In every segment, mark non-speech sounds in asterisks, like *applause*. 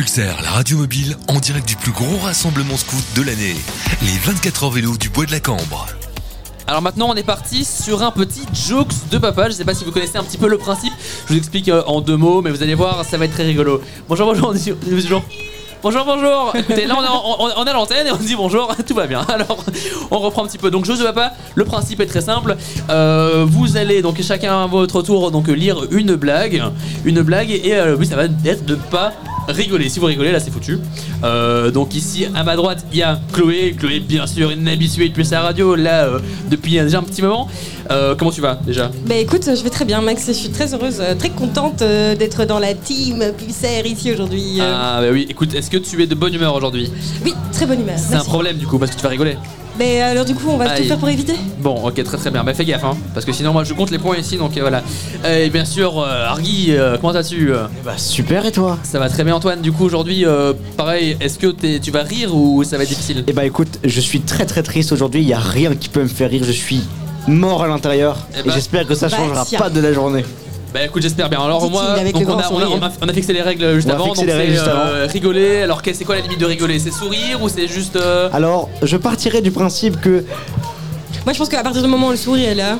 Pulsar, la radio mobile, en direct du plus gros rassemblement scout de l'année. Les 24 heures vélo du Bois de la Cambre. Alors maintenant on est parti sur un petit jokes de papa. Je sais pas si vous connaissez un petit peu le principe. Je vous explique euh, en deux mots, mais vous allez voir, ça va être très rigolo. Bonjour, bonjour, bonjour. Bonjour, bonjour. Écoutez, là on est, en- on- on est à l'antenne et on dit bonjour, *laughs* tout va bien. Alors on reprend un petit peu. Donc jokes de papa, le principe est très simple. Euh, vous allez donc chacun à votre tour donc lire une blague, une blague et euh, le but ça va être de pas rigoler. Si vous rigolez là c'est foutu. Euh, donc ici à ma droite il y a Chloé, Chloé bien sûr une habituée depuis sa radio là euh, depuis euh, déjà un petit moment. Euh, comment tu vas déjà Bah écoute, je vais très bien Max, je suis très heureuse, euh, très contente euh, d'être dans la team Pulsar ici aujourd'hui. euh. Ah bah oui, écoute, est-ce que tu es de bonne humeur aujourd'hui Oui, très bonne humeur. C'est un Merci. problème du coup parce que tu vas rigoler. Mais euh, alors du coup, on va Aïe. tout faire pour éviter Bon, ok, très très bien. Mais fais gaffe, hein, parce que sinon moi je compte les points ici, donc euh, voilà. Euh, Et bien sûr, euh, Argui, euh, comment vas-tu euh Bah super et toi Ça va très bien, Antoine. Du coup, aujourd'hui, euh, pareil, est-ce que t'es- tu vas rire ou ça va être difficile Eh bah écoute, je suis très très triste aujourd'hui, il y a rien qui peut me faire rire, je suis mort à l'intérieur Eh et, bah. j'espère que ça Bah, changera tiens. pas de la journée. Bah écoute, j'espère bien. Alors Dit-il moi, avec donc le on, grand a, on, a, sourire. on a- on a fixé les règles euh, juste On a avant, fixé donc les c'est règles juste euh, rigoler. Alors, qu'est- c'est quoi la limite de rigoler C'est sourire ou c'est juste euh, Alors, je partirai du principe que Moi je pense qu'à partir du moment où le sourire est là,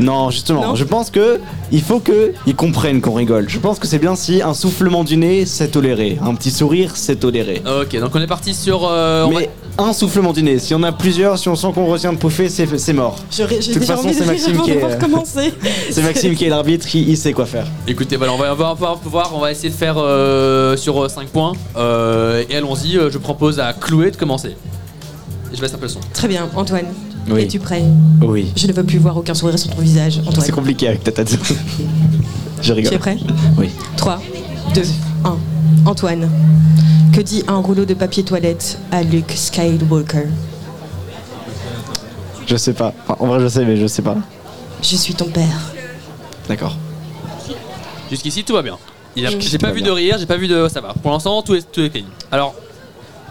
non, justement, Non. je pense que il faut que ils comprennent qu'on rigole. Je pense que c'est bien si un soufflement du nez, c'est toléré, un petit sourire, c'est toléré. Ah, Ok, donc on est parti sur. euh, on va- Mais un soufflement du nez, si on a plusieurs, si on sent qu'on retient de pouffer, c'est c'est mort. je- j'ai toute déjà façon, envie de c'est rire Maxime avant qui de est- euh, voir commencer. C'est Maxime qui est l'arbitre, il, il sait quoi faire. Écoutez, voilà, on va, on va- on va voir, on va essayer de faire euh, sur 5 points. Euh, et allons-y, euh, je propose à Chloé de commencer. Et Je baisse un peu le son. Très bien, Antoine. Oui. Es-tu prêt Oui. Je ne veux plus voir aucun sourire sur ton visage, C'est Antoine. compliqué avec ta tête. je Tu es rigole. prêt Oui. 3, 2, 1. Antoine. Que dit un rouleau de papier toilette à Luke Skywalker Je sais pas. Enfin, en vrai, je sais, mais je sais pas. Je suis ton père. D'accord. Jusqu'ici, tout va bien. Il a- Oui. J'ai pas va vu bien. de rire, j'ai pas vu de. Ça va. Pour l'instant, tout est, tout est clean. Alors,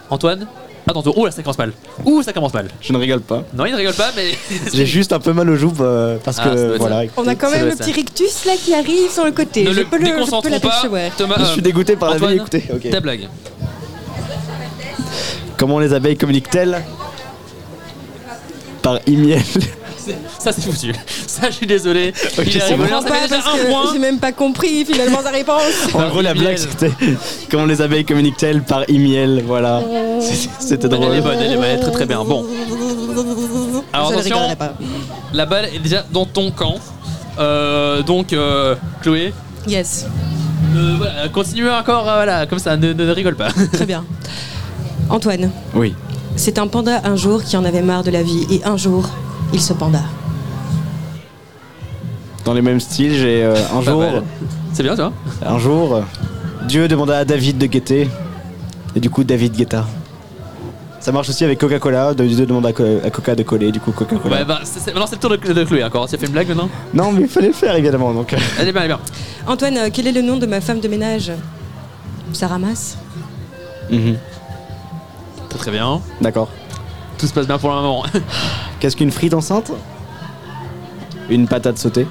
Antoine, attends, oh là, ça commence mal. Ouh, ça commence mal. Je ne rigole pas. Non, il ne rigole pas, mais. *laughs* J'ai juste un peu mal aux joues euh, parce Ah, ça doit que être ça. voilà. On a quand Ça même doit le être petit rictus là qui arrive sur le côté. ne je le peux le, je peux déconcentrons pas. l'apercevoir. Thomas, Je euh, suis dégoûté par la Antoine, vie. Écoutez, ok. Ta blague. Comment les abeilles communiquent-elles Par imiel. C'est- Ça, c'est foutu. Ça, je suis désolé. Ok, il a c'est rigolé, bon. ça fait Pas déjà parce un que point. J'ai même pas compris finalement sa réponse. En Par gros, la imiel. blague c'était comment les abeilles communiquent-elles par imiel. Voilà. Euh, C'était- C'était Elle est drôle. bonne, elle est bonne, elle est très très bien. Bon, *laughs* Alors, je ne attention. rigolerai pas. la balle est déjà dans ton camp. Euh, donc, euh, Chloé, Yes, euh, voilà, continue encore, euh, voilà, comme ça, ne, ne- ne rigole pas. *laughs* très bien. Antoine, Oui. c'est un panda un jour qui en avait marre de la vie et un jour, il se panda. Dans les mêmes styles, j'ai euh, un Pas jour, mal. C'est bien, tu vois un jour, euh, Dieu demanda à David de guetter, et du coup David guetta. Ça marche aussi avec Coca-Cola. de- Dieu demande à, Co- à Coca de coller, du coup Coca-Cola. Ouais, bah, c'est- c'est- maintenant, c'est le tour de, de Chloé encore. Tu as fait une blague maintenant Non, mais il fallait le faire évidemment. Donc. euh, Elle est bien, elle est bien. Antoine, euh, quel est le nom de ma femme de ménage Ça ramasse Mhm. Très, très bien. D'accord. Tout se passe bien pour le moment. *laughs* Qu'est-ce qu'une frite enceinte Une patate sautée.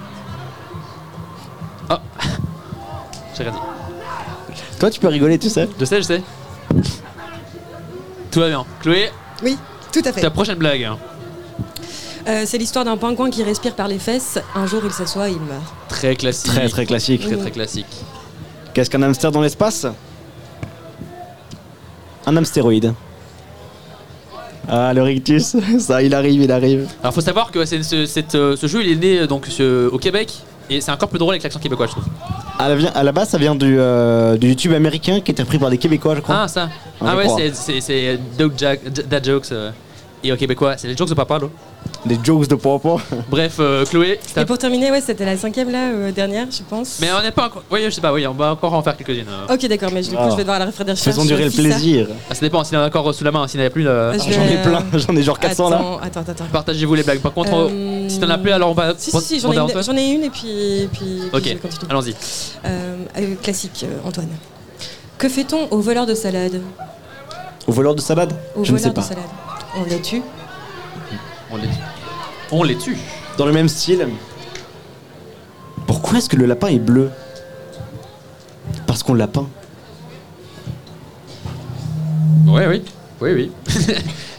J'ai rien dit. Toi, tu peux rigoler, tu sais. Je sais, je sais. Tout va bien. Chloé, Oui, tout à Euh, ta prochaine blague. c'est l'histoire d'un pingouin qui respire par les fesses. Un jour, il s'assoit et il meurt. Très classique. Très, très classique. Très, très classique. Qu'est-ce qu'un hamster dans l'espace Un hamstéroïde. Ah, le rictus, *laughs* ça, il arrive, il arrive. Alors, faut savoir que c'est- ce, cette, euh, ce jeu, il est né euh, donc ce- au Québec. Et c'est encore plus drôle avec l'accent québécois, je trouve. À Ah, la, vi- à la base, ça vient du, euh, du YouTube américain qui était repris par des Québécois, je crois. Ah, ça. Ouais, Ah, je ouais, crois. c'est- c'est- c'est Dog Jack, Dad Jokes. euh, Et au québécois, c'est les jokes de papa, là. Des jokes de popo. Bref, euh, Chloé, t'as- Et pour terminer, ouais, c'était la cinquième là, euh, dernière, je pense. mais euh, on n'est pas encore. Oui, je sais pas, oui, on va encore en faire quelques-unes. euh. Ok, d'accord, mais du coup, Ah. je vais devoir la refaire des recherches. Faisons durer le aussi, ça. plaisir. Ah, ça dépend, s'il y en a encore sous la main, s'il n'y en a plus, euh, Ah, je J'en ai vais- plein, *laughs* j'en ai genre 400 là. Attends, attends, attends. partagez-vous les blagues. Par contre, Euh, si t'en as plus, alors on va. Si, si, si, j'en ai, demander à une- Antoine. j'en ai une et puis, puis, puis je Ok, continue. allons-y. Euh, euh, classique, euh, Antoine. Que fait-on aux voleurs de salade Au voleur de salade Aux Je ne voleurs sais pas. de salade. On les tue On les tue. On les tue. Dans le même style. Pourquoi est-ce que le lapin est bleu Parce qu'on l'a peint. Ouais, oui. Oui, oui.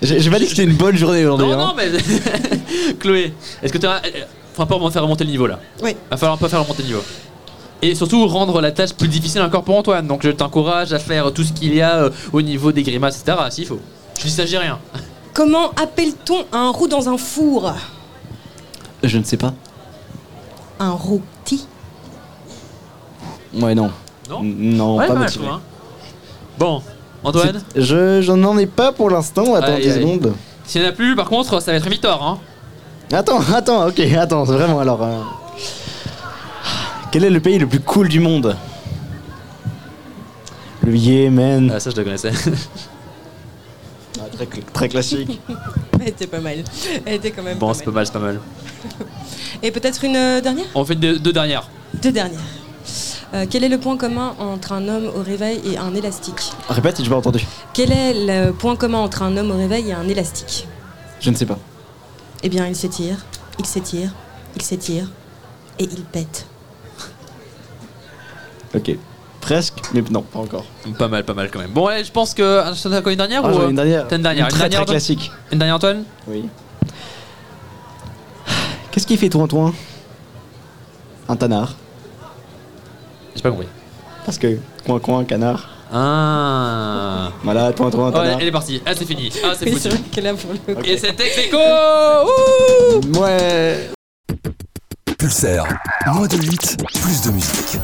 J'ai j'ai pas dit que c'était une bonne journée aujourd'hui. Non, hein. non, mais. *laughs* Chloé, est-ce que euh, tu as. Faut un peu remonter- faire remonter le niveau là. Oui. Va falloir un peu faire remonter le niveau. Et surtout rendre la tâche plus difficile encore pour Antoine. Donc je t'encourage à faire tout ce qu'il y a euh, au niveau des grimaces, etc. S'il faut. Je dis ça, j'ai rien. Comment appelle-t-on un roux dans un four Je ne sais pas. Un rôti. Ouais, non. Non Non, Ouais, pas mal, motivé. je trouve, hein. Bon, Antoine, C'est- Je je n'en ai pas pour l'instant. Attends Aïe, 10 aïe. secondes. s'il n'y en a plus, par contre, ça va être Victor. Hein. Attends, attends, ok, attends, vraiment alors. euh, Quel est le pays le plus cool du monde Le Yémen. *laughs* Ah, ça, je le connaissais. *laughs* Ah, très, cl- très classique. *laughs* Elle était pas mal. Elle était quand même bon, pas c'est mal. pas mal, c'est pas mal. Et peut-être une euh, dernière On fait deux, deux dernières. Deux dernières. Euh, quel est le point commun entre un homme au réveil et un élastique Répète, j'ai pas entendu. Quel est le point commun entre un homme au réveil et un élastique Je ne sais pas. Eh bien, il s'étire, il s'étire, il s'étire et il pète. Ok. Presque, mais non, pas encore. Pas mal, pas mal quand même. Bon, allez, je pense que. Ah, T'en as encore une dernière Ah, ou. j'en ai euh, une dernière. T'as une dernière. Très, une dernière, très Antoine classique. Une dernière, Antoine Oui. Qu'est-ce qu'il fait, toi, Antoine Un tanard. J'ai pas compris. Parce que, coin, coin, canard. Ah. Voilà, toi, toi, un Oh, tanard. elle est partie. Ah, c'est fini. Ah, c'est Oui, foutu. c'est vrai que là, pour le coup. Et c'est ex aequo. Ouh Ouais. Pulsaire, moins de 8, plus de musique.